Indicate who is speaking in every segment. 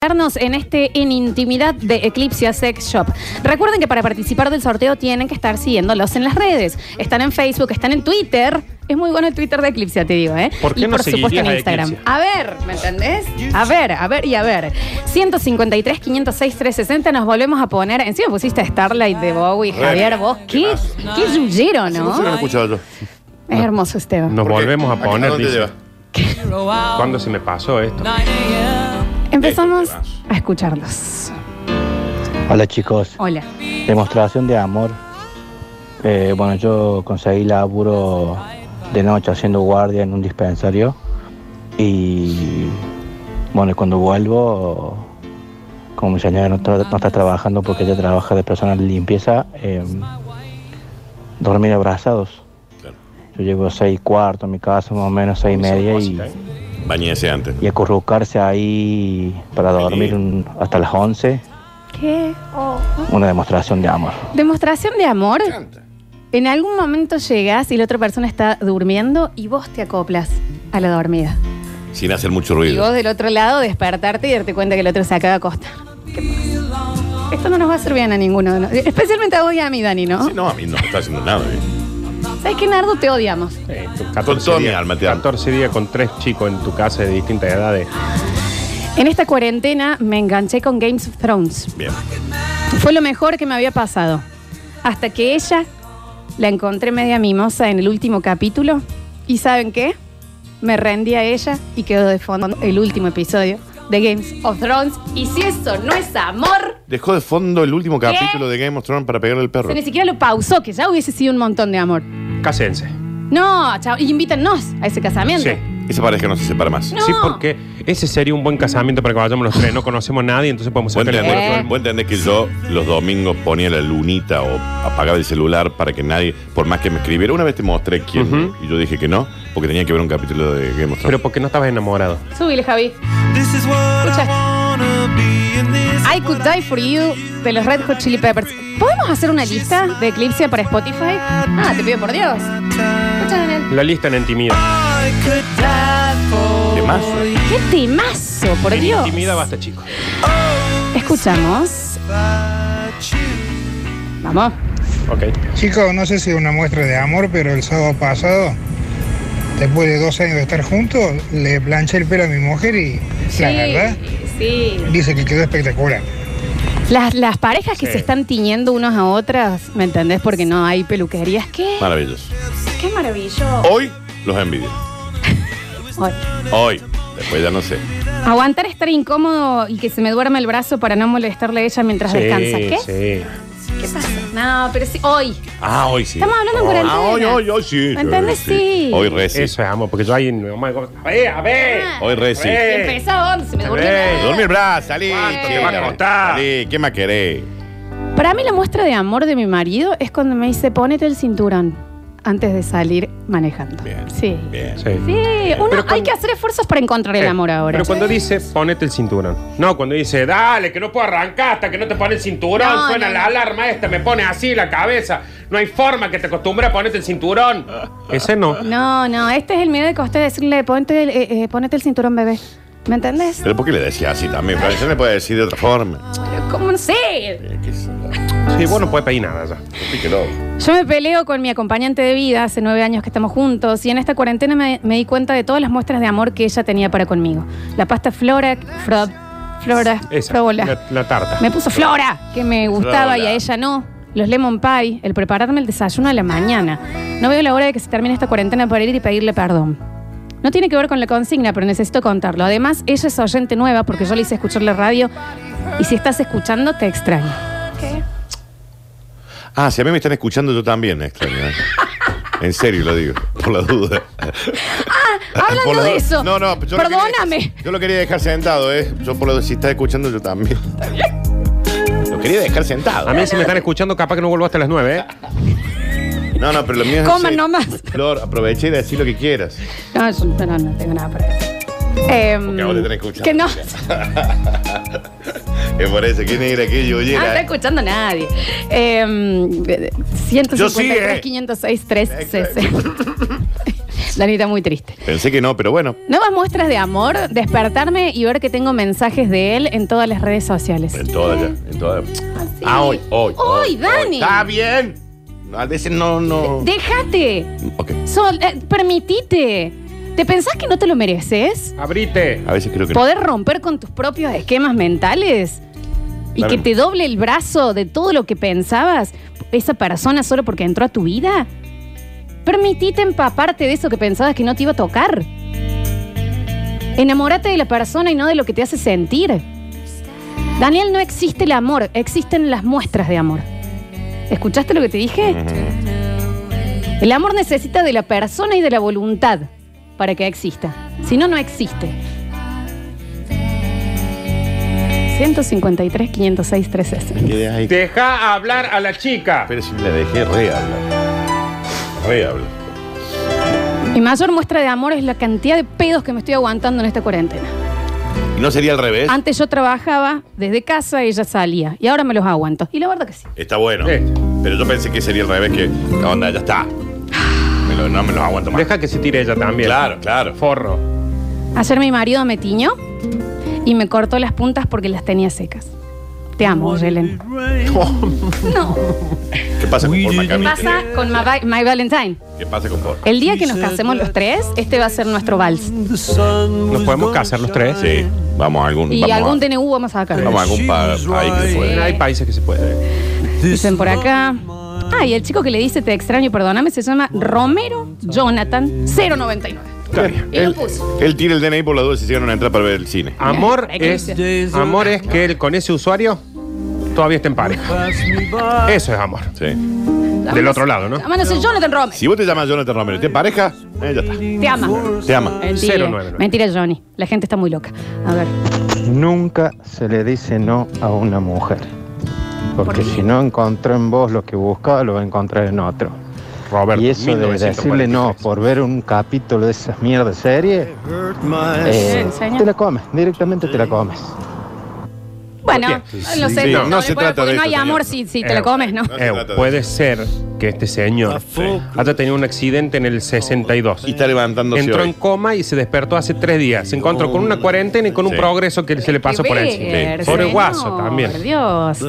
Speaker 1: acompañarnos en este En Intimidad de Eclipse Sex Shop. Recuerden que para participar del sorteo tienen que estar siguiéndolos en las redes. Están en Facebook, están en Twitter. Es muy bueno el Twitter de Eclipse, te digo, ¿eh?
Speaker 2: ¿Por qué
Speaker 1: y
Speaker 2: no
Speaker 1: por supuesto
Speaker 2: seguirías
Speaker 1: en
Speaker 2: a
Speaker 1: Instagram.
Speaker 2: Eclipse?
Speaker 1: A ver, ¿me entendés? A ver, a ver y a ver. 153, 506, 360, nos volvemos a poner. Encima pusiste Starlight de Bowie,
Speaker 3: Re.
Speaker 1: Javier, vos. ¿Qué, qué yuyero,
Speaker 3: No sé, no lo he
Speaker 1: no?
Speaker 3: escuchado yo.
Speaker 1: Es hermoso este tema.
Speaker 2: Nos
Speaker 3: ¿Por qué?
Speaker 2: volvemos a
Speaker 3: qué-
Speaker 2: poner,
Speaker 3: dónde
Speaker 2: dice.
Speaker 3: lleva?
Speaker 2: ¿Cuándo se me pasó esto?
Speaker 1: Empezamos
Speaker 2: Este temazo.
Speaker 1: a escucharlos.
Speaker 4: Hola chicos,
Speaker 1: Hola.
Speaker 4: demostración de amor. Eh, bueno, yo conseguí laburo de noche haciendo guardia en un dispensario y bueno, cuando vuelvo, como mi señora no, tra- no está trabajando porque ella trabaja de personal de limpieza, eh, dormir abrazados.
Speaker 3: Claro.
Speaker 4: Yo llego seis cuartos a mi casa, más o menos seis y media y,
Speaker 3: Bañese antes.
Speaker 4: y acurrucarse ahí para dormir un- hasta las 11,
Speaker 1: ¿Qué? Oh.
Speaker 4: una demostración de amor.
Speaker 1: Demostración de amor.
Speaker 3: Me encanta.
Speaker 1: En algún momento llegas y la otra persona está durmiendo y vos te acoplas a la dormida.
Speaker 3: Sin hacer mucho
Speaker 1: Y vos
Speaker 3: ruido.
Speaker 1: del otro lado despertarte y darte cuenta que el otro se acaba de acostar. ¿Qué pasa? Esto no nos va a hacer bien a ninguno de nosotros. Especialmente a vos y a mí, Dani, ¿no?
Speaker 3: Sí, no, a mí no me está haciendo nada. ¿eh? bien.
Speaker 1: ¿Sabes qué, Nardo? Te odiamos.
Speaker 2: Eh, tú,
Speaker 3: Con toda mi
Speaker 2: días,
Speaker 3: alma te amo.
Speaker 2: 14 días con tres chicos en tu casa de distintas edades.
Speaker 1: En esta cuarentena me enganché con Games of Thrones.
Speaker 3: Bien.
Speaker 1: Fue lo mejor que me había pasado. Hasta que ella la encontré media mimosa en el último capítulo. ¿Y saben qué? Me rendí a ella y quedó de fondo el último episodio de Games of Thrones. Y si eso no es amor,
Speaker 3: Dejó de fondo el último capítulo de Game of Thrones para pegarle al
Speaker 1: se
Speaker 3: perro.
Speaker 1: ni siquiera lo pausó, que ya hubiese sido un montón de amor.
Speaker 2: Cásense.
Speaker 1: No, chao. Y invítanos a ese casamiento.
Speaker 2: Sí.
Speaker 3: Esa pareja no se separa más.
Speaker 1: No.
Speaker 2: Sí, porque ese sería un buen casamiento para que vayamos los tres. No conocemos a nadie, entonces podemos
Speaker 3: Vos
Speaker 2: sacar el cuero
Speaker 1: Eh.
Speaker 2: a todo el
Speaker 3: entendés,
Speaker 2: mundo.
Speaker 3: vos entendés que yo los domingos ponía la lunita o apagaba el celular para que nadie, por más que me escribiera, una vez te mostré quién
Speaker 2: Ujú.
Speaker 3: y yo dije que no, porque tenía que ver un capítulo de Game of
Speaker 2: Pero
Speaker 3: Thrones.
Speaker 2: porque no estabas enamorado.
Speaker 1: Súbile, Javi. Escucha esto. I Could Die For You de los Red Hot Chili Peppers. ¿Podemos hacer una lista de Eclipse para Spotify? Ah, te pido por Dios. Escucha, Daniel.
Speaker 2: La lista en intimida.
Speaker 3: ¿Qué más?
Speaker 1: ¡Qué temazo, por
Speaker 2: En
Speaker 1: Dios!
Speaker 2: intimida basta, chicos.
Speaker 1: Escuchamos. Vamos.
Speaker 2: Ok.
Speaker 5: Chicos, no sé si es una muestra de amor, pero el sábado pasado, después de dos años de estar juntos, le planché el pelo a mi mujer y la
Speaker 6: ¿eh?
Speaker 5: verdad
Speaker 1: sí.
Speaker 5: dice que quedó espectacular.
Speaker 1: Las, las parejas que
Speaker 2: Sí.
Speaker 1: se están tiñendo unos a otras, ¿me entendés? Porque no hay peluquerías. ¿Qué?
Speaker 3: Maravilloso.
Speaker 1: ¡Qué maravilloso!
Speaker 3: Hoy los envidio.
Speaker 1: Ay.
Speaker 3: Hoy. Después ya no sé.
Speaker 1: Aguantar estar incómodo y que se me duerma el brazo para no molestarle a ella mientras
Speaker 2: Sí,
Speaker 1: descansa. ¿Qué?
Speaker 2: Sí.
Speaker 1: ¿Qué pasa? No, pero sí, hoy.
Speaker 3: Ah, hoy sí.
Speaker 1: Estamos hablando en cuarentena.
Speaker 3: Ah, hoy, hoy, hoy sí.
Speaker 1: ¿Me entendés? Sí.
Speaker 3: Hoy re sí.
Speaker 2: Eso es amo, porque yo ahí. oh my God. A ver, a ver.
Speaker 1: Ah.
Speaker 3: Hoy re sí.
Speaker 2: Eh.
Speaker 1: Y empezó, se me durmió.
Speaker 2: Eh,
Speaker 1: nada.
Speaker 3: Dormir el brazo, salí.
Speaker 2: ¿Cuánto te
Speaker 3: che,
Speaker 2: va a costar?
Speaker 3: Salí, ¿qué más querés?
Speaker 1: Para mí la muestra de amor de mi marido es cuando me dice, ponete el cinturón antes de salir manejando.
Speaker 3: Bien.
Speaker 1: Sí.
Speaker 3: Bien.
Speaker 2: Sí.
Speaker 1: Sí, uno,
Speaker 2: Eh, Pero
Speaker 1: hay
Speaker 2: cuando-
Speaker 1: que hacer esfuerzos para encontrar el
Speaker 2: Eh,
Speaker 1: amor ahora.
Speaker 2: Pero cuando dice ponete el cinturón. No, cuando dice dale, que no puedo arrancar hasta que no te pone el cinturón.
Speaker 1: No,
Speaker 2: suena
Speaker 1: no,
Speaker 2: la
Speaker 1: no.
Speaker 2: alarma esta, me pone así la cabeza. No hay forma que te acostumbre a ponerte el cinturón. Ese no.
Speaker 1: No, no, este es el miedo de coste decirle, ponte el, eh, eh, ponete el cinturón, bebé. ¿Me entendés?
Speaker 3: Pero ¿por qué le decía así también? Pero yo le puede decir de otra forma.
Speaker 1: Pero, ¿Cómo no sé?
Speaker 3: Eh, qué sé yo.
Speaker 2: Sí, vos no puedes pedir nada ya.
Speaker 3: Píquelo.
Speaker 1: Yo me peleo con mi acompañante de vida, hace nueve años que estamos juntos, y en esta cuarentena me, me di cuenta de todas las muestras de amor que ella tenía para conmigo. La pasta Flora, Fro- Flora,
Speaker 2: Esa,
Speaker 1: Frobola.
Speaker 2: la, la tarta.
Speaker 1: Me puso Flora, que me gustaba
Speaker 3: Flora.
Speaker 1: y a ella no. Los lemon pie, el prepararme el desayuno a la mañana. No veo la hora de que se termine esta cuarentena para ir y pedirle perdón. No tiene que ver con la consigna, pero necesito contarlo. Además, ella es oyente nueva porque yo le hice escuchar la radio y si estás escuchando, te extraño.
Speaker 3: Ah, si a mí me están escuchando, yo también, extraño. ¿eh? En serio lo digo, por la duda.
Speaker 1: Hablando
Speaker 3: Por la
Speaker 1: de
Speaker 3: duda.
Speaker 1: eso,
Speaker 3: No, no, yo lo quería-
Speaker 1: perdóname.
Speaker 3: yo lo quería dejar sentado, ¿eh? Yo por la duda, si está escuchando, yo también. Lo quería dejar sentado.
Speaker 2: A mí si me están escuchando, capaz que no vuelvo hasta las nueve, ¿eh?
Speaker 3: No, no, pero lo mío es. en
Speaker 1: Coman
Speaker 3: serio.
Speaker 1: nomás.
Speaker 3: Flor, aproveché y decí lo que quieras.
Speaker 1: No, yo no, no tengo nada para decir. Em,
Speaker 3: Porque ahora te están escuchando.
Speaker 1: que no, no
Speaker 3: Es por eso, ¿quién era aquello? Oye, era-
Speaker 1: Ah, está escuchando nadie. Em,
Speaker 3: Yo sí, eh.
Speaker 1: 153, 506, 360. Lanita muy triste.
Speaker 3: Pensé que no, pero bueno.
Speaker 1: Nuevas muestras de amor, despertarme y ver que tengo mensajes de él en todas las redes sociales.
Speaker 3: En todas ya, en todas.
Speaker 1: Sí.
Speaker 3: Ah, hoy, hoy.
Speaker 1: Hoy, Dani.
Speaker 3: Está bien. A veces no, no.
Speaker 1: Déjate.
Speaker 3: Ok.
Speaker 1: Sol, eh, permitite. ¿Te pensás que no te lo mereces?
Speaker 2: Abrite.
Speaker 3: A veces creo que no.
Speaker 1: ¿Poder romper con tus propios esquemas mentales? ¿Y
Speaker 3: Claro.
Speaker 1: que te doble el brazo de todo lo que pensabas esa persona solo porque entró a tu vida? Permitite empaparte de eso que pensabas que no te iba a tocar. Enamórate de la persona y no de lo que te hace sentir. Daniel, no existe el amor, existen las muestras de amor. ¿Escuchaste lo que te dije?
Speaker 3: Ujú.
Speaker 1: El amor necesita de la persona y de la voluntad para que exista. Si no, no existe. 153, 506, 360.
Speaker 3: Me quedé ahí.
Speaker 2: Deja hablar a la chica.
Speaker 3: Pero si me la dejé re hablar. Re hablar.
Speaker 1: Mi mayor muestra de amor es la cantidad de pedos que me estoy aguantando en esta cuarentena.
Speaker 3: ¿Y no sería al revés?
Speaker 1: Antes yo trabajaba desde casa, ella salía. Y ahora me los aguanto. Y la verdad que sí.
Speaker 3: Está bueno.
Speaker 2: Sí.
Speaker 3: Pero yo pensé que sería al revés, que. ¿qué onda? Ya está. Me lo- no me lo aguanto más.
Speaker 2: Deja que se tire ella también.
Speaker 3: Claro, claro.
Speaker 2: Forro.
Speaker 1: Ayer mi marido me tiñó y me cortó las puntas porque las tenía secas. Te amo, Yelen. No,
Speaker 3: ¿Qué pasa con Paul
Speaker 1: ¿qué
Speaker 3: McCartney?
Speaker 1: pasa con my, Va- My Valentine?
Speaker 3: ¿Qué pasa con Paul?
Speaker 1: El día que nos casemos los tres, este va a ser nuestro vals.
Speaker 2: ¿Nos podemos casar los tres?
Speaker 3: Sí. Vamos a algún.
Speaker 1: Y
Speaker 3: vamos
Speaker 1: algún
Speaker 3: a,
Speaker 1: DNU vamos a sacar.
Speaker 3: Vamos a algún pa- país que se puede.
Speaker 2: Hay países que se puede.
Speaker 1: Dicen por acá. Ah, y el chico que le dice te extraño y perdóname se llama Romero Jonathan 099.
Speaker 2: Está bien.
Speaker 1: Y lo
Speaker 2: El-
Speaker 1: puso.
Speaker 3: Él tira el DNI por la duda si llegan a entrar para ver el cine.
Speaker 2: amor
Speaker 1: Hay que
Speaker 2: es amor es que él con ese usuario todavía está en pareja. Eso es amor.
Speaker 3: Sí.
Speaker 2: Del otro lado, ¿no?
Speaker 1: Llámanos Jonathan Romero.
Speaker 3: Si vos te llamas Jonathan Romero, ¿te pareja? Eh, ya está.
Speaker 1: Te ama.
Speaker 3: Te ama.
Speaker 1: Mentira.
Speaker 2: 099.
Speaker 1: Mentira, Johnny. La gente está muy loca. A ver.
Speaker 7: Nunca se le dice no a una mujer. Porque
Speaker 1: ¿Por qué?
Speaker 7: si no encontró en vos lo que buscaba, lo va a encontrar en otro.
Speaker 2: Roberto,
Speaker 7: y eso de decirle no por ver un capítulo de esas mierdas de serie, eh,
Speaker 1: Sí, señor.
Speaker 7: te la comes, directamente te la comes.
Speaker 1: Bueno, no sé.
Speaker 3: Sí, no, no
Speaker 1: le
Speaker 3: se
Speaker 1: puede-
Speaker 3: trata
Speaker 1: porque
Speaker 3: de
Speaker 1: No hay
Speaker 3: eso,
Speaker 1: amor si
Speaker 3: señor.
Speaker 1: si te lo
Speaker 2: Eh,
Speaker 1: comes, ¿no?
Speaker 3: se trata de
Speaker 2: puede ser que este señor haya tenido un accidente en el 62.
Speaker 3: Y está levantándose
Speaker 2: Entró
Speaker 3: hoy. Mm.
Speaker 2: en coma y se despertó hace tres días. Se encontró con una cuarentena y con un
Speaker 3: Sí.
Speaker 2: progreso que se le pasó por encima.
Speaker 1: Beber,
Speaker 2: Por el
Speaker 1: señor,
Speaker 2: guaso también.
Speaker 1: Dios.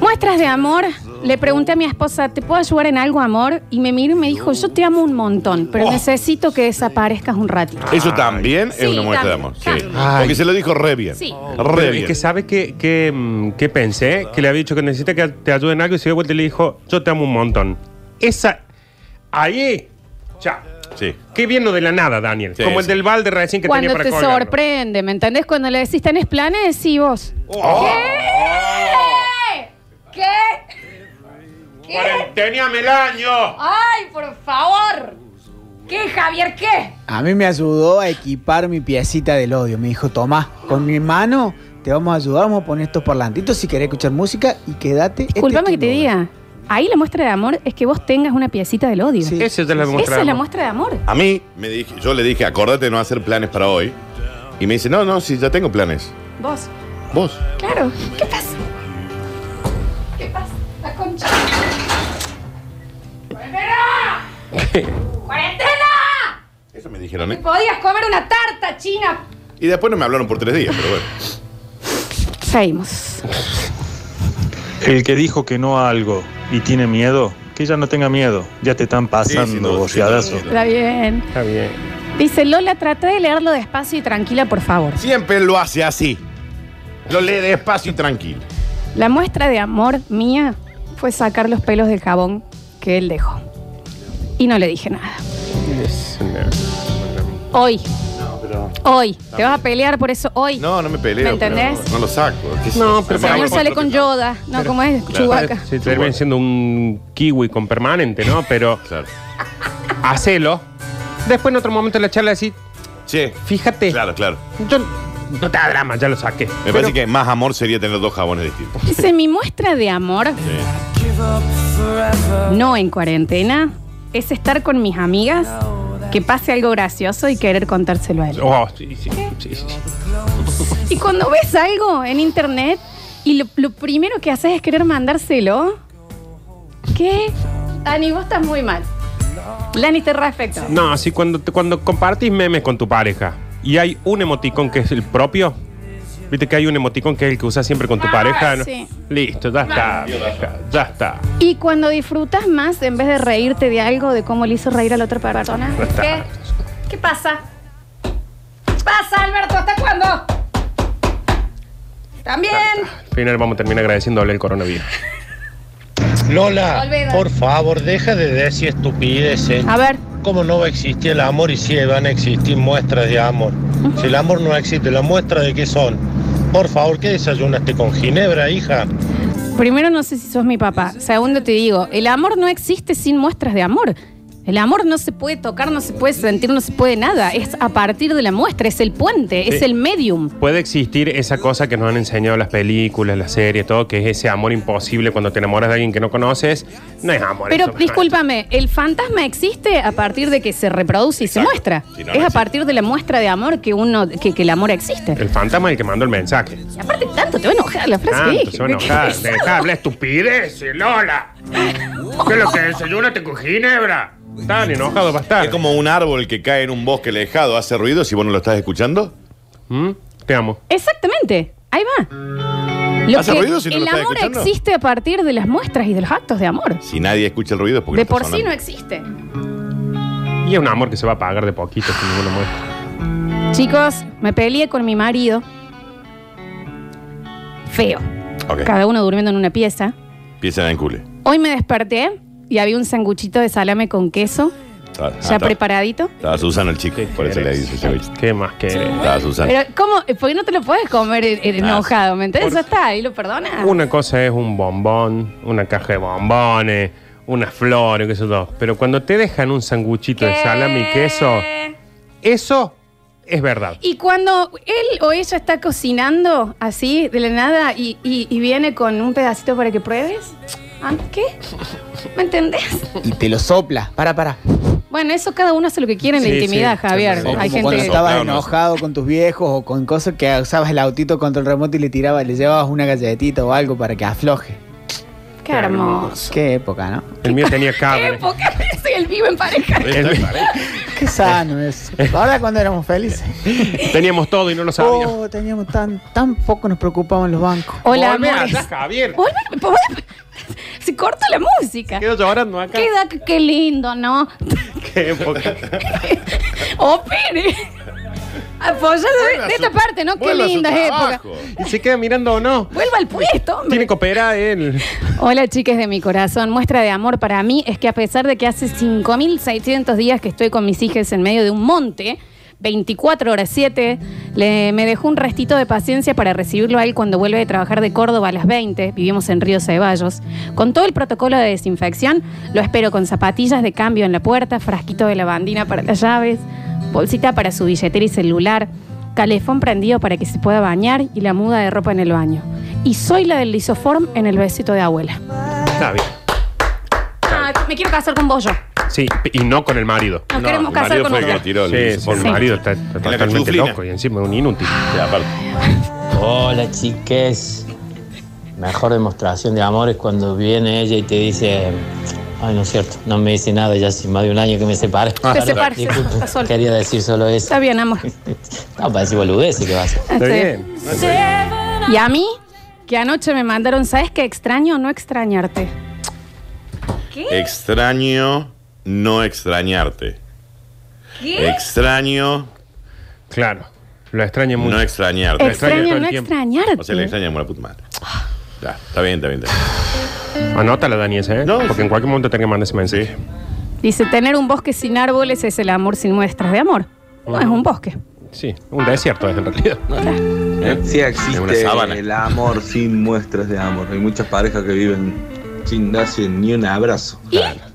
Speaker 1: Muestras de amor. Le pregunté a mi esposa, ¿te puedo ayudar en algo, amor? Y me miró y me dijo, yo te amo un montón, pero
Speaker 3: Oh.
Speaker 1: necesito que desaparezcas un ratito.
Speaker 3: Eso también
Speaker 1: Sí,
Speaker 3: es una muestra de
Speaker 1: también,
Speaker 3: amor. Sí.
Speaker 1: también.
Speaker 2: Ay.
Speaker 3: Porque se lo dijo re bien.
Speaker 1: Sí.
Speaker 3: Re
Speaker 2: Pero
Speaker 3: bien.
Speaker 2: es que sabe que, que, mm, que pensé, que le había dicho que necesita que te ayuden en algo y se dio vuelta y le dijo, yo te amo un montón. Esa, ahí, ya.
Speaker 3: Sí.
Speaker 2: Qué bien lo de la nada, Daniel.
Speaker 3: Sí,
Speaker 2: Como el
Speaker 3: sí.
Speaker 2: del balde recién que
Speaker 1: Cuando
Speaker 2: tenía para
Speaker 1: te
Speaker 2: colgarlo.
Speaker 1: sorprende, ¿me entendés? Cuando le decís, ¿tenés planes? Sí, vos. ¿Qué?
Speaker 2: ¡Cuarenteníame el año!
Speaker 1: ¡Ay, por favor! ¿Qué, Javier, qué?
Speaker 8: A mí me ayudó a equipar mi piecita del odio. Me dijo, Tomás, con mi mano te vamos a ayudar, vamos a poner estos parlantitos si querés escuchar música y quédate. Este
Speaker 1: Disculpame
Speaker 8: es
Speaker 1: que
Speaker 8: tu
Speaker 1: te
Speaker 8: lugar".
Speaker 1: diga. Ahí la muestra de amor es que vos tengas una piecita del odio.
Speaker 8: Sí.
Speaker 2: Esa es la muestra.
Speaker 1: Esa es la muestra de amor.
Speaker 3: A mí, me dije, yo le dije, acordate de no hacer planes para hoy. Y me dice, no, no, sí, ya tengo planes.
Speaker 1: Vos.
Speaker 3: Vos.
Speaker 1: Claro. ¿Qué pasa? ¿Qué pasa? La concha. ¡Volverá! ¡Cuarentena!
Speaker 3: Eso me dijeron,
Speaker 1: Te
Speaker 3: ¿eh?
Speaker 1: podías comer una tarta china.
Speaker 3: Y después no me hablaron por tres días, pero bueno.
Speaker 1: Seguimos.
Speaker 9: El que dijo que no a algo y tiene miedo, que ya no tenga miedo. Ya te están pasando,
Speaker 3: Sí, sí, no, sí,
Speaker 9: boceadazo.
Speaker 3: sí, no, sí,
Speaker 1: Está bien.
Speaker 2: Está bien.
Speaker 1: Dice Lola, trata de leerlo despacio y tranquila, por favor.
Speaker 3: Siempre lo hace así. Lo lee despacio y tranquilo.
Speaker 1: La muestra de amor mía fue sacar los pelos del jabón que él dejó. Y no le dije nada. Hoy. Hoy. Te vas a pelear por eso hoy.
Speaker 3: No, no me peleo.
Speaker 1: ¿Me entendés?
Speaker 3: pero No lo saco. ¿Qué sé
Speaker 2: No,
Speaker 3: yo?
Speaker 2: pero
Speaker 3: Me hago
Speaker 1: Señor
Speaker 3: el
Speaker 1: sale
Speaker 3: otro
Speaker 1: con
Speaker 3: que-
Speaker 1: Yoda. No, como es
Speaker 3: Claro.
Speaker 1: Chubaca.
Speaker 2: Se termina siendo un kiwi con permanente, ¿no? Pero
Speaker 3: Claro.
Speaker 2: hacelo. Después en otro momento de la charla decís,
Speaker 3: Che,
Speaker 2: fíjate,
Speaker 3: claro, claro.
Speaker 2: yo no te da drama, ya lo saqué.
Speaker 3: Me parece que más amor sería tener dos jabones distintos.
Speaker 1: Dice, mi muestra de amor,
Speaker 3: Sí.
Speaker 1: no en cuarentena, es estar con mis amigas, que pase algo gracioso y querer contárselo a él.
Speaker 2: Oh, sí, sí, sí, sí.
Speaker 1: Y cuando ves algo en internet y lo, lo primero que haces es querer mandárselo, ¿qué? Dani, vos estás muy mal. Lannister respecto.
Speaker 2: No, si cuando, te- cuando compartís memes con tu pareja y hay un emoticón que es el propio, viste que hay un emoticón que es el que usas siempre con tu
Speaker 1: Ah,
Speaker 2: pareja. ¿no?
Speaker 1: sí.
Speaker 2: Listo, ya está, vieja, ya está.
Speaker 1: Y cuando disfrutas más, en vez de reírte de algo, de cómo le hizo reír a la otra persona,
Speaker 2: Está.
Speaker 1: ¿qué? ¿Qué pasa? ¿Qué pasa, Alberto? ¿Hasta cuándo? También.
Speaker 2: Al final vamos a terminar agradeciéndole el coronavirus.
Speaker 6: Lola,
Speaker 1: Olvida. Ah.
Speaker 6: por favor, deja de decir estupideces.
Speaker 1: A ver,
Speaker 6: ¿Cómo no va a existir el amor y si van a existir muestras de amor? Si el amor no existe, ¿la muestra de qué son? Por favor, ¿qué desayunaste con Ginebra, hija?
Speaker 1: primero no sé si sos mi papá. Segundo te digo, el amor no existe sin muestras de amor. El amor no se puede tocar, no se puede sentir, no se puede nada. Es a partir de la muestra, es el puente, es
Speaker 2: Sí.
Speaker 1: el medium.
Speaker 2: Puede existir esa cosa que nos han enseñado las películas, las series, todo, que es ese amor imposible cuando te enamoras de alguien que no conoces. No es amor.
Speaker 1: Pero
Speaker 2: eso.
Speaker 1: discúlpame, el fantasma existe a partir de que se reproduce y
Speaker 3: Exacto.
Speaker 1: se muestra.
Speaker 3: Si no, no
Speaker 1: es a
Speaker 3: existe.
Speaker 1: partir de la muestra de amor que uno que, que el amor existe.
Speaker 2: El fantasma es el que mandó el mensaje.
Speaker 1: Y aparte tanto Ah, te va a enojar la frase que
Speaker 2: Tanto
Speaker 1: dije.
Speaker 2: se van a enojar. Deja de hablar estupidez, Lola. ¿Qué es lo que desayunaste con Ginebra? Están enojados
Speaker 3: Es
Speaker 2: bastante.
Speaker 3: como un árbol que cae en un bosque alejado, hace ruido si vos no lo estás escuchando.
Speaker 2: ¿Mm? Te amo.
Speaker 1: Exactamente, ahí va. Lo
Speaker 3: ¿Hace
Speaker 1: que-
Speaker 3: ruido si no
Speaker 1: el
Speaker 3: lo estás
Speaker 1: amor
Speaker 3: escuchando?
Speaker 1: existe a partir de las muestras y de los actos de amor.
Speaker 3: Si nadie escucha el ruido es porque
Speaker 1: De
Speaker 3: no está
Speaker 1: por sí no
Speaker 3: sonando.
Speaker 1: existe.
Speaker 2: Y es un amor que se va a pagar de poquito sin ninguna muestra.
Speaker 1: Chicos, me peleé con mi marido. Feo.
Speaker 3: Ok,
Speaker 1: Cada uno durmiendo en una pieza.
Speaker 3: empiezan en cule.
Speaker 1: Hoy me desperté y había un sanguchito de salame con queso,
Speaker 3: Está- ah,
Speaker 1: ya
Speaker 3: está-
Speaker 1: preparadito.
Speaker 3: Estaba Susano el chico, por eso le dice sándwich.
Speaker 2: ¿Qué más querés?
Speaker 3: Estaba Susano.
Speaker 1: Pero, ¿cómo? ¿Por qué no te lo puedes comer eh, eh, enojado? ¿Me entiendes? Ya
Speaker 3: Por-
Speaker 1: está, ahí lo perdonas.
Speaker 2: Una cosa es un bombón, una caja de bombones, unas flores, qué sé yo. Pero cuando te dejan un sanguchito de salami y queso, eso es verdad.
Speaker 1: Y cuando él o ella está cocinando así, de la nada, y, y- y viene con un pedacito para que pruebes, ¿ah, ¿qué? ¿Me entendés?
Speaker 8: Y te lo sopla. Para, para.
Speaker 1: Bueno, eso cada uno hace lo que quiere en la
Speaker 2: Sí,
Speaker 1: intimidad,
Speaker 2: sí.
Speaker 1: Javier.
Speaker 2: Sí,
Speaker 8: O
Speaker 1: Hay
Speaker 8: como cuando
Speaker 1: gente que...
Speaker 3: está-
Speaker 8: estabas
Speaker 3: Soplado, no.
Speaker 8: enojado con tus viejos o con cosas que usabas el autito contra el remoto y le tirabas, le llevabas una galletita o algo para que afloje.
Speaker 1: Qué hermoso.
Speaker 8: Qué época, ¿no?
Speaker 2: El mío tenía
Speaker 1: ¿Qué
Speaker 2: cable.
Speaker 1: época es él vive en pareja?
Speaker 2: El-
Speaker 8: Qué sano eso. Ahora cuando éramos felices.
Speaker 2: teníamos todo y no lo sabíamos.
Speaker 8: Oh, teníamos tan, tan poco nos preocupaban los bancos.
Speaker 1: Hola,
Speaker 2: Volvé
Speaker 1: amores.
Speaker 2: allá, Javier.
Speaker 1: Volvé, volvé. Se corta la música.
Speaker 2: Quedo llorando acá.
Speaker 1: Qué edad, qué lindo, ¿no?
Speaker 2: Qué época.
Speaker 1: Opere. Apoyado de, de esta parte, ¿no? Qué
Speaker 3: Vuelva a su
Speaker 1: linda época.
Speaker 3: trabajo.
Speaker 2: ¿Y se queda mirando o no?
Speaker 1: Vuelva al puesto, hombre.
Speaker 2: Tiene que operar él.
Speaker 1: Hola, chiques de mi corazón. Muestra de amor para mí es que a pesar de que hace 5.600 días que estoy con mis hijas en medio de un monte, 24 horas 7, le- me dejó un restito de paciencia para recibirlo a él cuando vuelve de trabajar de Córdoba a las 20. Vivimos en Río Ceballos. Con todo el protocolo de desinfección, lo espero con zapatillas de cambio en la puerta, frasquito de lavandina para las llaves, bolsita para su billetera y celular, calefón prendido para que se pueda bañar y la muda de ropa en el baño. Y soy la del lisoform en el besito de abuela.
Speaker 2: Está bien.
Speaker 1: Ah, me quiero casar con vos yo.
Speaker 2: Sí, y no con el marido.
Speaker 1: Nos queremos
Speaker 3: el
Speaker 1: casar
Speaker 3: marido
Speaker 1: con
Speaker 3: fue el que
Speaker 1: otra.
Speaker 3: lo tiró. el
Speaker 2: Sí,
Speaker 3: Luis,
Speaker 2: sí,
Speaker 3: por
Speaker 2: el
Speaker 1: sí.
Speaker 2: marido está, está
Speaker 3: la
Speaker 2: totalmente
Speaker 3: cachuflina.
Speaker 2: loco y encima es un inútil.
Speaker 1: Ah,
Speaker 3: Sí, aparte.
Speaker 10: Hola chiques, mejor demostración de amor es cuando viene ella y te dice, ay no es cierto, no me dice nada, ya hace más de un año que me separé.
Speaker 1: Te separse.
Speaker 10: Disculpe,
Speaker 1: Está solo.
Speaker 10: quería decir solo eso.
Speaker 1: Está bien, amor.
Speaker 10: No, para decir boludeces que vas.
Speaker 2: Está
Speaker 1: Sí.
Speaker 2: bien.
Speaker 1: Y a mí, que anoche me mandaron, ¿sabes qué extraño o no extrañarte?
Speaker 3: Extraño no extrañarte. Extraño
Speaker 2: Claro. Lo extraña mucho.
Speaker 3: no extrañarte.
Speaker 2: extraño todo
Speaker 1: Extraño
Speaker 2: el
Speaker 1: no
Speaker 2: tiempo.
Speaker 1: extrañarte.
Speaker 3: O sea, le extrañamos la puta madre. Ya, está bien, está bien, está bien.
Speaker 2: Anótala, Dani, esa, ¿eh?
Speaker 3: No,
Speaker 2: Porque
Speaker 3: sí.
Speaker 2: en cualquier momento tenga que mandar ese mensaje.
Speaker 3: Sí.
Speaker 1: Dice, tener un bosque sin árboles es el amor sin muestras de amor. No es un bosque.
Speaker 2: Sí, un desierto es en realidad.
Speaker 11: Eh, Sí
Speaker 3: Es una
Speaker 11: existe
Speaker 3: sábana.
Speaker 11: el amor sin muestras de amor. Hay muchas parejas que viven sin darse ni un abrazo.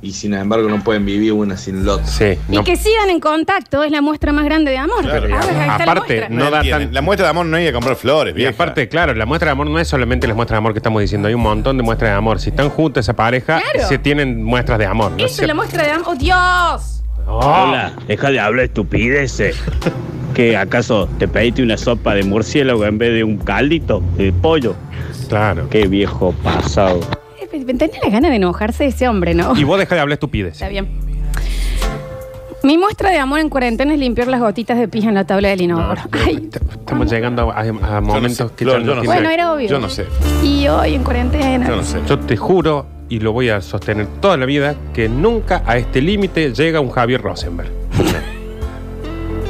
Speaker 11: Y sin embargo no pueden vivir una sin lotes.
Speaker 2: Sí. no-
Speaker 1: Y que sigan en contacto es la muestra más grande de amor.
Speaker 3: Claro.
Speaker 1: A ver, ahí está la
Speaker 2: Aparte,
Speaker 1: muestra.
Speaker 2: No da
Speaker 3: entienden.
Speaker 2: tan-
Speaker 3: La muestra de amor no hay que comprar flores,
Speaker 2: Y
Speaker 3: vieja.
Speaker 2: aparte, claro, la muestra de amor no es solamente las muesttra de amor que estamos diciendo, hay un montón de muestras de amor. Si están juntas esa pareja,
Speaker 1: Claro.
Speaker 2: se tienen muestras de amor. No Ah,
Speaker 1: Eso es
Speaker 2: sé.
Speaker 1: la muestra de amor. ¡Oh, Dios!
Speaker 2: Hola.
Speaker 10: deja de hablar estupideces. ¿Que acaso te pediste una sopa de murciélago en vez de un caldito de pollo?
Speaker 2: Claro.
Speaker 10: Qué viejo pasado.
Speaker 1: Eh, Tenía la gana de enojarse de ese hombre, ¿no?
Speaker 2: Y vos deja de hablar estupidez.
Speaker 1: Está bien. Mi muestra de amor en cuarentena es limpiar las gotitas de pis en la tabla del inodoro.
Speaker 2: Ah,
Speaker 1: Ay,
Speaker 2: Estamos llegando a, a- a momentos
Speaker 3: sé,
Speaker 2: que
Speaker 3: Flor,
Speaker 2: ya no
Speaker 3: yo no
Speaker 2: tienen-
Speaker 3: sé.
Speaker 1: Bueno, era obvio.
Speaker 3: Yo no sé.
Speaker 1: y hoy en cuarentena.
Speaker 3: Yo no sé.
Speaker 2: Yo te juro, y lo voy a sostener toda la vida, que nunca a este límite llega un Javier Rosenberg.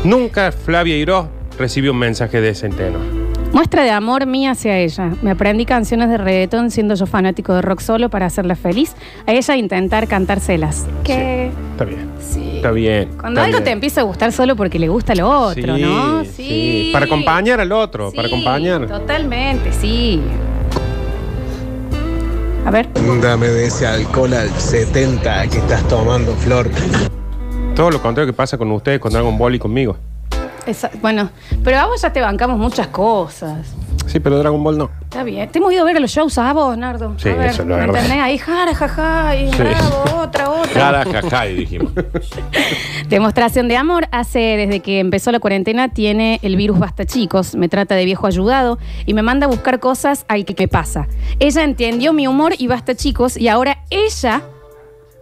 Speaker 2: nunca Flavia Iró recibió un mensaje de ese tenor.
Speaker 1: Muestra de amor mía hacia ella. Me aprendí canciones de reggaetón siendo yo fanático de rock solo para hacerla feliz. A ella intentar cantárselas. Que
Speaker 2: Está bien.
Speaker 1: sí.
Speaker 2: Está bien.
Speaker 1: Cuando
Speaker 2: está
Speaker 1: algo te
Speaker 2: bien.
Speaker 1: empieza a gustar solo porque le gusta lo otro,
Speaker 2: Sí,
Speaker 1: ¿no? Sí.
Speaker 2: sí. Para acompañar al otro, para
Speaker 1: Sí,
Speaker 2: acompañar.
Speaker 1: Totalmente, sí. A ver.
Speaker 12: Dame de ese alcohol al 70 que estás tomando, Flor.
Speaker 2: Todo lo contrario que pasa con ustedes, con Dragon Ball y conmigo.
Speaker 1: Esa- bueno, pero a vos ya te bancamos muchas cosas.
Speaker 2: Sí, pero Dragon Ball no.
Speaker 1: Está bien. Te hemos ido a ver a los shows a vos, Nardo. A
Speaker 2: Sí,
Speaker 1: ver,
Speaker 2: eso es la
Speaker 1: ¿me
Speaker 2: verdad.
Speaker 1: entendés? Ahí, jara, jaja, y
Speaker 2: Sí.
Speaker 1: bravo, otra, otra.
Speaker 3: Cara, jajá, y dijimos.
Speaker 1: Demostración de amor hace desde que empezó la cuarentena tiene el virus basta chicos, me trata de viejo ayudado y me manda a buscar cosas al que me pasa. Ella entendió mi humor y basta chicos y ahora ella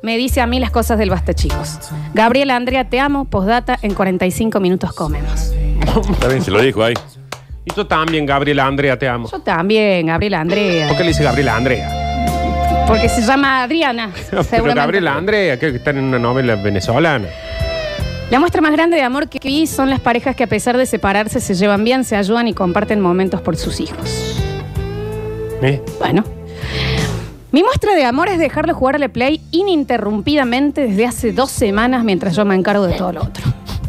Speaker 1: me dice a mí las cosas del basta chicos. Gabriela Andrea, te amo, postdata, en 45 minutos comemos.
Speaker 3: Está bien, se lo dijo ahí.
Speaker 2: Y tú también, Gabriela Andrea, te amo.
Speaker 1: Yo también, Gabriela Andrea,
Speaker 2: ¿Por qué le dice Gabriela Andrea?
Speaker 1: porque se llama Adriana.
Speaker 2: Pero
Speaker 1: seguramente.
Speaker 2: Gabriela Andrea, creo que están en una novela venezolana.
Speaker 1: La muestra más grande de amor que vi son las parejas que a pesar de separarse se llevan bien, se ayudan y comparten momentos por sus hijos.
Speaker 2: ¿Eh?
Speaker 1: Bueno. Mi muestra de amor es dejarlo jugarle play ininterrumpidamente desde hace dos semanas mientras yo me encargo de todo lo otro.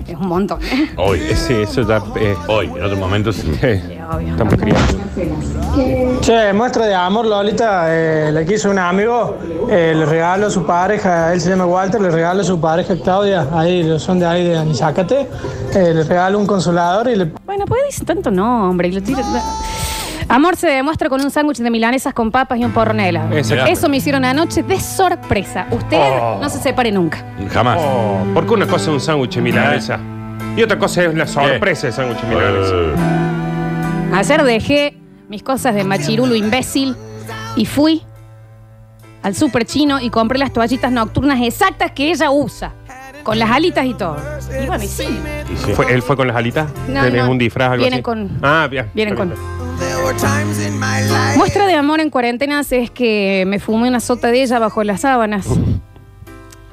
Speaker 1: Es un montón. ¿eh?
Speaker 3: Hoy.
Speaker 2: Sí, eso ya. eh,
Speaker 3: Hoy, en otro momento sí.
Speaker 2: Estamos criando.
Speaker 13: Che, muestra de amor, Lolita, eh, le quiso un amigo, eh, le regaló a su pareja, él se llama Walter, le regaló a su pareja Claudia, ahí los son de ahí de Anizacate, eh, le regaló un consolador y le...
Speaker 1: Bueno, puede decir tanto nombre. y lo tira- Amor se demuestra con un sándwich de milanesas con papas y un porro de helado.
Speaker 2: Exacto.
Speaker 1: Eso me hicieron anoche de sorpresa. Usted
Speaker 2: Oh.
Speaker 1: no se separe nunca.
Speaker 3: Jamás.
Speaker 2: Oh, porque una cosa es un sándwich de milanesa
Speaker 1: Ah.
Speaker 2: y otra cosa es la sorpresa de sándwich de
Speaker 3: Eh,
Speaker 2: milanesa.
Speaker 1: Ayer dejé mis cosas de machirulo imbécil y fui al super chino y compré las toallitas nocturnas exactas que ella usa, con las alitas y todo. Y bueno, y sí,
Speaker 2: ¿Fue- ¿Él fue con las alitas?
Speaker 1: No,
Speaker 2: ¿Tenés
Speaker 1: no.
Speaker 2: un disfraz? Algo
Speaker 1: Vienen
Speaker 2: así?
Speaker 1: con-
Speaker 2: Ah, bien.
Speaker 1: vienen con.
Speaker 2: Perfecto.
Speaker 1: Muestra de amor en cuarentenas es que me fumé una sota de ella bajo las sábanas.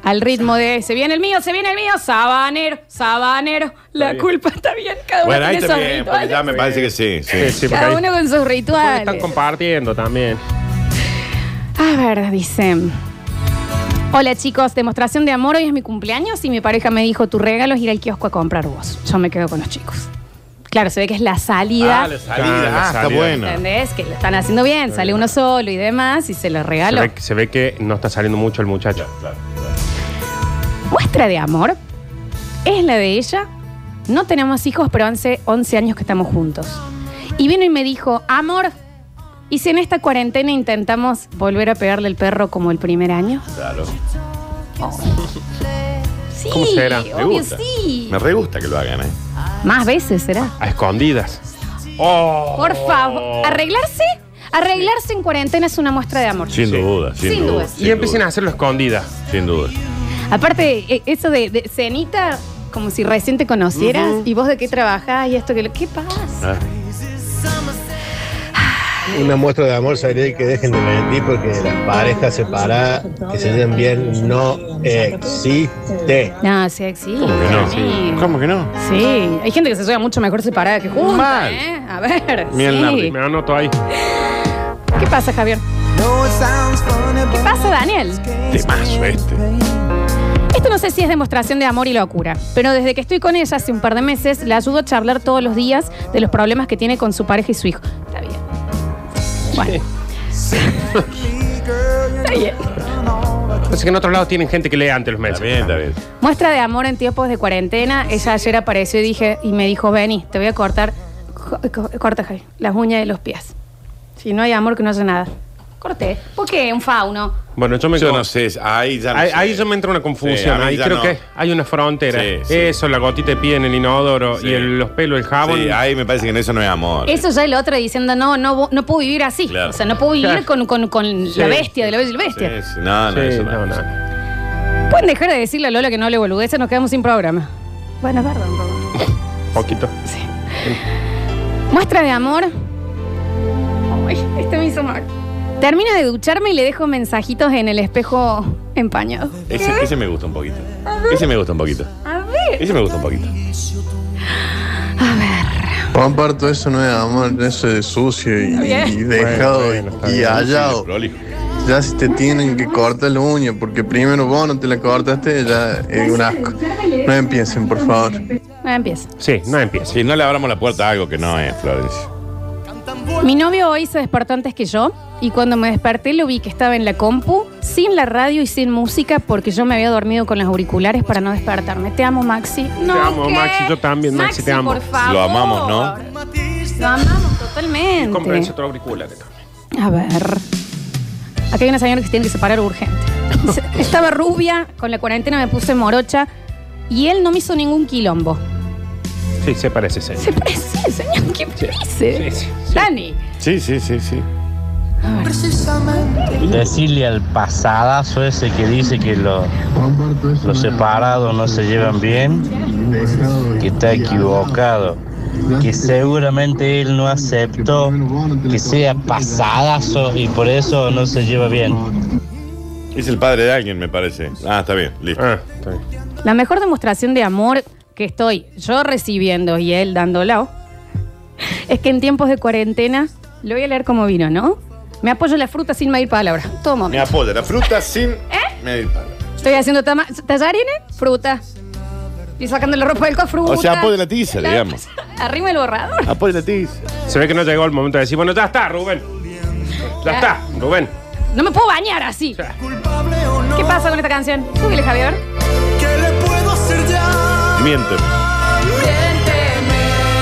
Speaker 1: Al ritmo de se viene el mío, se viene el mío, sabanero, sabanero, la
Speaker 3: bien.
Speaker 1: culpa está bien, cada uno
Speaker 3: Bueno, ahí
Speaker 1: tiene
Speaker 3: está
Speaker 1: sus
Speaker 3: bien, porque
Speaker 1: rituales.
Speaker 3: ya me parece que sí. Sí,
Speaker 2: Sí, sí, porque
Speaker 1: Cada
Speaker 2: ahí
Speaker 1: uno con sus
Speaker 2: están
Speaker 1: rituales.
Speaker 2: compartiendo también.
Speaker 1: A ver, dice. Hola chicos, demostración de amor, hoy es mi cumpleaños y mi pareja me dijo, tu regalo es ir al kiosco a comprar vos. Yo me quedo con los chicos. Claro, se ve que es la salida.
Speaker 3: Ah, la salida.
Speaker 2: Ah, la
Speaker 3: Ah, está
Speaker 2: salida.
Speaker 3: bueno.
Speaker 1: ¿Entendés? Que lo están haciendo bien, sale uno solo y demás y se lo
Speaker 2: Se
Speaker 1: regaló.
Speaker 2: ve, se ve que no está saliendo mucho el muchacho.
Speaker 1: Muestra de amor es la de ella. No tenemos hijos, pero hace 11 años que estamos juntos. Y vino y me dijo, amor, ¿y si en esta cuarentena intentamos volver a pegarle el perro como el primer año?
Speaker 3: Claro.
Speaker 1: Sí,
Speaker 3: ¿Cómo será? Me
Speaker 1: obvio,
Speaker 3: gusta.
Speaker 1: sí.
Speaker 3: Me re gusta que lo hagan, ¿eh?
Speaker 1: Más veces será.
Speaker 2: A escondidas. Oh.
Speaker 1: Por favor, arreglarse, arreglarse en cuarentena es una muestra de amor.
Speaker 3: Sin duda, sin,
Speaker 1: Sin
Speaker 3: duda.
Speaker 1: dudas.
Speaker 2: Y empiecen a hacerlo escondidas.
Speaker 3: Sin duda.
Speaker 1: Aparte, e- eso de, de cenita, como si recién te conocieras y vos de qué trabajás y esto que lo. ¿Qué pasa?
Speaker 12: Una muestra de amor sería que dejen de mentir porque las parejas separadas que se den bien no existe.
Speaker 1: No, sí, sí. Sí.
Speaker 3: ¿Cómo que no?
Speaker 1: Sí, hay gente que se lleva mucho mejor separada que junta,
Speaker 3: Mal.
Speaker 1: ¿eh? A ver,
Speaker 2: Miel
Speaker 1: sí.
Speaker 2: Nardi. Me anoto ahí.
Speaker 1: ¿Qué pasa, Javier? ¿Qué pasa, Daniel?
Speaker 3: Temazo este.
Speaker 1: Esto no sé si es demostración de amor y locura, pero desde que estoy con ella hace un par de meses, la ayudo a charlar todos los días de los problemas que tiene con su pareja y su hijo. Está bien. Bueno. Está bien.
Speaker 2: Parece que en otros lados tienen gente que lee antes los mensajes.
Speaker 3: Está bien,
Speaker 1: Muestra de amor en tiempos de cuarentena. Ella ayer apareció y dije y me dijo, vení, te voy a cortar, co- co- corta Javi, las uñas de los pies. Si no hay amor que no haya nada. Corté. ¿Por qué? Un fauno.
Speaker 2: Bueno, yo me
Speaker 3: Yo
Speaker 2: quedo-
Speaker 3: no sé, ahí ya no
Speaker 2: ahí,
Speaker 3: sé.
Speaker 2: ahí ya me entra una
Speaker 3: Sí, a
Speaker 2: confusión.
Speaker 3: mí
Speaker 2: ahí
Speaker 3: ya
Speaker 2: creo
Speaker 3: no.
Speaker 2: que hay una frontera.
Speaker 3: Sí, sí.
Speaker 2: Eso, la gotita de pie en el inodoro
Speaker 3: Sí.
Speaker 2: y el- los pelos, el jabón.
Speaker 3: Sí, ahí me parece que en eso no es amor.
Speaker 1: Eso ya el otro diciendo, no, no, vo- no puedo vivir así.
Speaker 3: Claro.
Speaker 1: O sea, no puedo vivir
Speaker 2: Claro.
Speaker 1: con, con- con
Speaker 2: Sí.
Speaker 1: la bestia de la bella y la bestia.
Speaker 3: Sí, sí, No, no,
Speaker 2: Sí,
Speaker 3: eso
Speaker 2: no,
Speaker 3: no.
Speaker 2: no.
Speaker 1: Pueden dejar de decirle a Lola que no le boludece, nos quedamos sin programa. Bueno, perdón, perdón.
Speaker 2: Poquito.
Speaker 1: Muestra de amor. Ay, este me hizo mal. Termino de ducharme y le dejo mensajitos en el espejo empañado.
Speaker 3: Ese, ese me gusta un poquito. Ese me gusta un poquito.
Speaker 1: A ver.
Speaker 3: Ese me gusta un poquito.
Speaker 14: Comparto, eso no es amor, eso es sucio y,
Speaker 1: Bien.
Speaker 14: y dejado
Speaker 3: Bueno, bueno, está
Speaker 14: y, y
Speaker 3: bien.
Speaker 14: hallado.
Speaker 3: Sí, prolijo.
Speaker 14: Ya si te tienen que cortar la uña, porque primero vos no te la cortaste, ya es un asco. No empiecen, por favor.
Speaker 1: Bueno, empiezo.
Speaker 2: Sí, no empieza.
Speaker 3: Sí, no le abramos la puerta a algo que no es, Florencia.
Speaker 1: Mi novio hoy se despertó antes que yo y cuando me desperté lo vi que estaba en la compu, sin la radio y sin música porque yo me había dormido con los auriculares para no despertarme. Te amo, Maxi. No,
Speaker 2: te amo,
Speaker 1: ¿qué?
Speaker 2: Maxi, yo también, Maxi,
Speaker 1: Maxi,
Speaker 2: te amo.
Speaker 1: por favor. Lo amamos, ¿no? Lo amamos
Speaker 2: Comprense
Speaker 1: totalmente.
Speaker 2: otro auricular.
Speaker 1: A ver. Acá hay una señora que se tiene que separar urgente. Dice, Estaba rubia, con la cuarentena me puse morocha y él no me hizo ningún quilombo.
Speaker 2: Sí, se parece, señor.
Speaker 1: Se parece, señor, ¿qué dice? Dani.
Speaker 3: Sí, sí, sí, sí.
Speaker 10: Decirle al pasadazo ese que dice que lo- los separados no se llevan bien, que está equivocado, que seguramente él no aceptó que sea pasadazo y por eso no se lleva bien.
Speaker 3: Es el padre de alguien, me parece. Ah, está bien, listo.
Speaker 1: La mejor demostración de amor que estoy yo recibiendo y él dándolo es que en tiempos de cuarentena, lo voy a leer como vino, ¿no? Me apoyo la fruta sin medir palabras. Todo
Speaker 3: Me
Speaker 1: momento.
Speaker 3: apoya la fruta sin
Speaker 1: ¿Eh?
Speaker 3: medir palabra.
Speaker 1: Estoy haciendo tama- tallarines, fruta. Y sacando la ropa del cofre, fruta.
Speaker 3: O sea, apoya la tiza, digamos.
Speaker 1: Arriba el borrador.
Speaker 3: Apoya la tiza.
Speaker 2: Se ve que no llegó el momento de decir, bueno, ya está, Rubén. Ya está, Rubén.
Speaker 1: No me puedo bañar así. ¿Qué pasa con esta canción? Súbile, Javier. ¿Qué le puedo hacer ya?
Speaker 3: Mienten.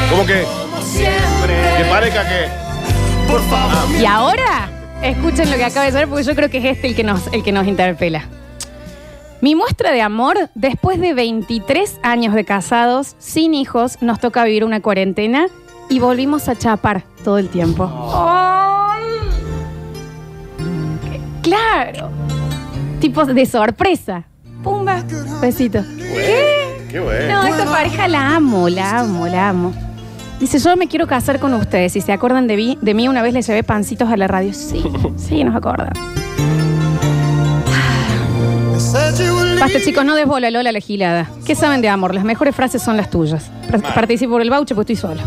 Speaker 3: ¿Cómo que? Que parezca que. Por favor.
Speaker 1: Y ahora, escuchen lo que acaba de saber porque yo creo que es este el que nos, el que nos interpela. Mi muestra de amor, después de 23 años de casados, sin hijos, nos toca vivir una cuarentena y volvimos a chapar todo el tiempo. ¡Ay! Claro. Tipo de sorpresa. Pumba, besito. ¿Qué?
Speaker 3: Qué bueno.
Speaker 1: No, esta pareja la amo, la amo, la amo. Dice, yo me quiero casar con ustedes. Si se acuerdan de, vi- de mí, una vez les llevé pancitos a la radio. Sí, sí, nos acordan. Basta, chicos, no desbola Lola la gilada. ¿Qué saben de amor? Las mejores frases son las tuyas. Par- Participo por el voucher porque estoy solo.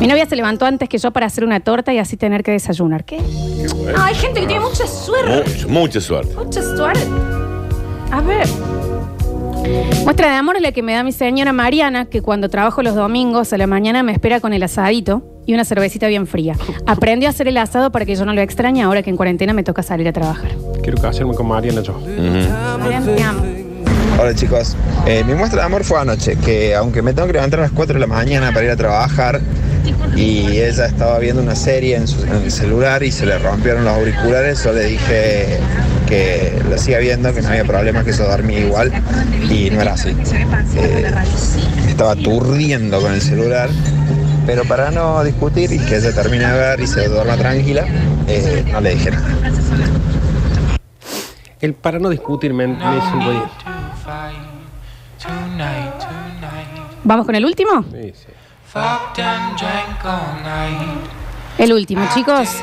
Speaker 1: Mi novia se levantó antes que yo para hacer una torta y así tener que desayunar. ¿Qué? Ah, hay gente que tiene mucha suerte.
Speaker 3: Mucha, mucha suerte.
Speaker 1: Mucha suerte. A ver. Muestra de amor es la que me da mi señora Mariana, que cuando trabajo los domingos a la mañana me espera con el asadito y una cervecita bien fría. Aprendió a hacer el asado para que yo no lo extrañe ahora que en cuarentena me toca salir a trabajar.
Speaker 2: Quiero casarme con Mariana yo.
Speaker 1: Mariana, te amo.
Speaker 15: Hola chicos, Eh, mi muestra de amor fue anoche, que aunque me tengo que levantar a las 4 de la mañana para ir a trabajar y ella estaba viendo una serie en su en el celular y se le rompieron los auriculares, yo le dije que lo siga viendo, que no había problema, que yo dormía igual y no era así. Eh, estaba turriendo con el celular, pero para no discutir y que ella termine de ver y se duerma tranquila, eh, no le dije nada.
Speaker 2: El para no discutir me, me hizo un ruido.
Speaker 1: ¿Vamos con el último?
Speaker 2: Sí, sí.
Speaker 1: El último, chicos.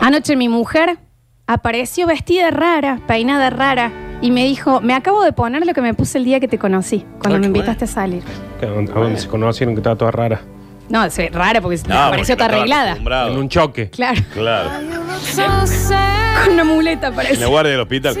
Speaker 1: Anoche mi mujer apareció vestida rara, peinada rara, y me dijo, me acabo de poner lo que me puse el día que te conocí, cuando me invitaste a salir.
Speaker 2: Que a donde- a donde se conocieron que estaba toda rara.
Speaker 1: No, se ve rara porque apareció toda arreglada.
Speaker 2: En un choque.
Speaker 1: Claro.
Speaker 3: Claro.
Speaker 1: Con una muleta
Speaker 3: En la
Speaker 1: aparece.
Speaker 3: guardia del hospital.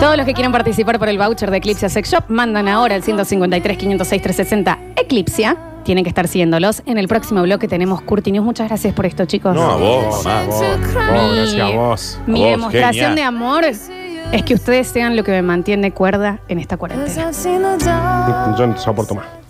Speaker 1: Todos los que quieran participar por el voucher de Eclipse Sex Shop mandan ahora al 153 506 360 Eclipse. Tienen que estar siguiéndolos. En el próximo bloque tenemos Curti News. Muchas gracias por esto, chicos.
Speaker 3: No, a vos, mamá. a vos, a vos, gracias a vos. A
Speaker 1: Mi
Speaker 3: vos,
Speaker 1: demostración
Speaker 3: genia.
Speaker 1: de amor es que ustedes sean lo que me mantiene cuerda en esta cuarentena.
Speaker 2: Yo no soporto más.